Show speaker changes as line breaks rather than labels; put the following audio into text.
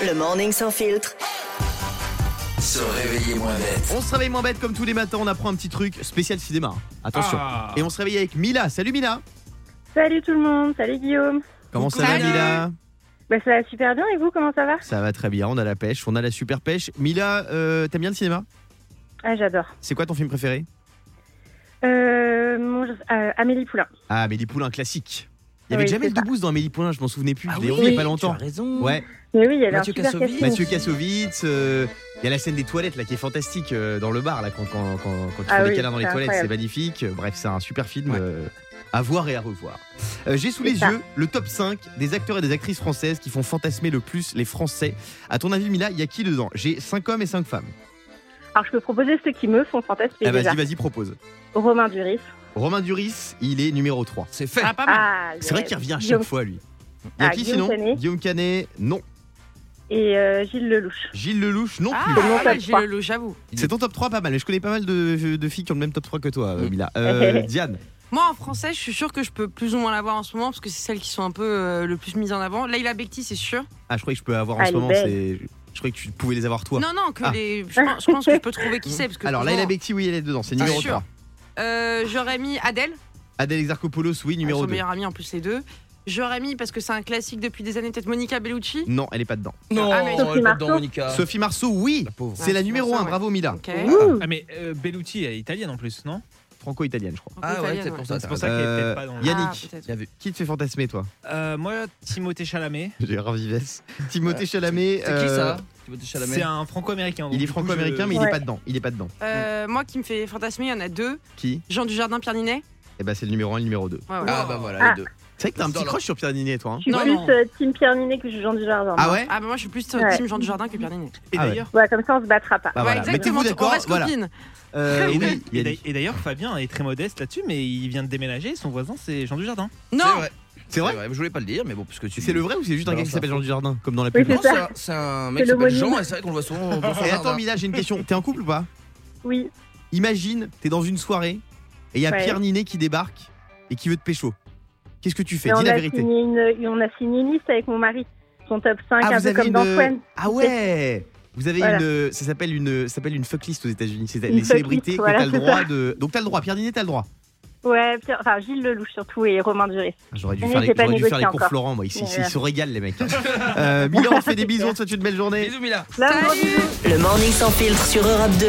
Le morning sans filtre.
Se réveiller moins bête.
On se réveille moins bête comme tous les matins, on apprend un petit truc spécial cinéma. hein. Attention.
Ah.
Et on se réveille avec Mila. Salut Mila.
Salut tout le monde, salut Guillaume.
Comment ça va
Salut.
Mila
Bah, ça va super bien et vous, comment ça va
Ça va très bien, on a la pêche, on a la super pêche. Mila, euh, t'aimes bien le cinéma
Ah, j'adore.
C'est quoi ton film préféré
Euh, mon- euh, Amélie Poulain.
Ah, Amélie Poulain, classique. Il y avait
Oui,
Jamel
c'est ça.
Debbouze dans Amélie Poulain, je m'en souvenais plus. je l'ai
Ah oui,
revu il y a pas longtemps.
Tu as raison.
Ouais,
Mais oui, il y avait
Mathieu
un super
Kassovitz.
casting.
Mathieu Kassovitz. euh, Il y a la scène des toilettes là qui est fantastique euh, dans le bar là quand, quand, quand, quand ils
Ah
font des
oui,
câlins dans les
c'est
toilettes, c'est
incroyable.
magnifique. Euh, Bref, c'est un super film
Ouais.
euh, à voir et à revoir. Euh, J'ai sous
C'est
les
ça.
yeux le top 5 des acteurs et des actrices françaises qui font fantasmer le plus les Français. À ton avis, Mila, il y a qui dedans J'ai 5 hommes et 5 femmes.
Alors, je peux proposer ceux qui me font fantasmer
Ah,
déjà.
vas-y, vas-y, propose.
Romain Duris.
Romain Duris, il est numéro 3.
C'est fait.
Ah, pas mal.
Ah,
C'est vrai
yes.
qu'il revient à chaque
Guillaume-
fois lui. Il y a
Ah,
qui
Guillaume
sinon
Canet.
Guillaume Canet, non.
Et euh, Gilles Lelouch.
Gilles Lelouch, non
Ah,
plus.
Comment ça,
ouais, j'ai
trois
le lot, j'avoue.
C'est ton top 3 pas mal, mais je connais pas mal de, de filles qui ont le même top 3 que toi, euh, Mila. Euh, Diane,
Moi, en français, je suis sûre que je peux plus ou moins l'avoir en ce moment parce que c'est celles qui sont un peu euh, le plus mises en avant. Leila Bekti, c'est sûr.
ah, je croyais que je peux avoir en
Elle
ce
est
moment,
belle.
c'est- je croyais que tu pouvais les avoir toi.
Non, non, que
Ah.
les. Je pense, je pense que je peux trouver qui c'est parce que.
Alors,
franchement,
Laila Bekti, oui, elle est dedans, c'est
C'est
numéro
sûr.
3.
euh, J'aurais mis Adèle,
Adèle Exarchopoulos, oui,
Elles sont
numéro 2.
meilleures amies en plus les deux. J'aurais mis parce que c'est un classique depuis des années, peut-être Monica Bellucci.
Non, elle est pas dedans.
Non,
Ah, mais-
elle est
Sophie
pas
Marceau.
dedans, Monica.
Sophie Marceau, oui,
La pauvre.
c'est
Ah,
la
c'est
numéro
pour ça,
1,
ouais.
bravo Mila.
Ok.
Ouh.
Ah, mais euh, Bellucci, elle est italienne en plus, non
Franco-italienne, je crois.
Ah ouais,
Italienne,
c'est pour ça.
C'est
t'as
pour ça
raison.
qu'elle est
Euh,
peut-être pas dans le.
Yannick.
Ah, peut-être.
Bien vu.
Qui te fait fantasmer, toi
Euh, moi, Timothée Chalamet.
Gérard Vives. Timothée Chalamet.
C'est qui
euh,
ça Timothée Chalamet
C'est un franco-américain.
Il est
donc, du coup,
franco-américain,
je-
mais il est
Ouais.
pas dedans. Il est pas dedans.
Euh, moi qui me fait fantasmer, il y en a deux.
Qui
Jean Dujardin, Pierre Ninet.
Eh ben, c'est le numéro 1 et le numéro 2.
Ouais, ouais.
Ah bah voilà,
Ah.
les deux.
C'est vrai que t'as un
Dans
petit
leur-
crush sur Pierre Ninet, toi. hein
Je suis
Non,
plus
non.
euh, Team Pierre Ninet que Jean Dujardin.
ah ouais
Ah bah moi je suis plus euh,
Ouais.
team Jean Dujardin que Pierre Ninet.
Et
Ah ouais.
d'ailleurs,
Ouais, comme ça, on se battra pas.
Bah voilà, mettez-vous
exactement.
d'accord,
On reste
voilà.
copines.
Euh,
et
Oui,
d'ailleurs- Ah et d'ailleurs-
Yannick.
et d'ailleurs, Fabien est très modeste là-dessus, mais il vient de déménager. Son voisin, c'est Jean Dujardin.
C'est
Non,
vrai.
C'est vrai
Je voulais pas le dire, mais bon, parce que tu.
C'est le vrai ou c'est juste un
Non,
gars qui
ça.
s'appelle Jean Dujardin, comme dans la
Oui,
pub
Non,
C'est
c'est
ça.
un- c'est un mec qui
C'est
s'appelle
l'homonyme.
Jean, et c'est vrai qu'on le voit souvent.
Et attends, Mila, j'ai une question. T'es en couple ou pas
Oui.
Imagine, t'es dans une soirée et il y a
Ouais.
Pierre Ninet qui débarque et qui veut te pécho. Qu'est-ce que tu fais
Mais
Dis
on,
la
a
vérité.
signé une, euh, on a signé une liste avec mon mari. Son top 5,
Ah,
un
vous
peu
avez
comme
une-
dans Friends.
Ah ouais Vous avez
Voilà.
une. Ça s'appelle une, ça s'appelle une fucklist aux États-Unis. C'est
Une
les célébrités
fucklist,
que
voilà,
t'as le
c'est
droit de. Donc t'as le droit, Pierre Ninet, t'as le droit.
Ouais, Pierre- enfin, Gilles Lelouch surtout et Romain Duris.
Ah, J'aurais dû,
Oui,
faire les,
j'ai pas
j'aurais dû faire les
négocié
cours
encore.
Florent, moi. Ici,
Mais
ici,
ouais.
ils se régalent, les mecs. hein. Euh, Milan, on te fait des bisous, on te souhaite une belle journée.
Bisous, Mila.
Là,
Salut
Le morning sans filtre sur Europe 2.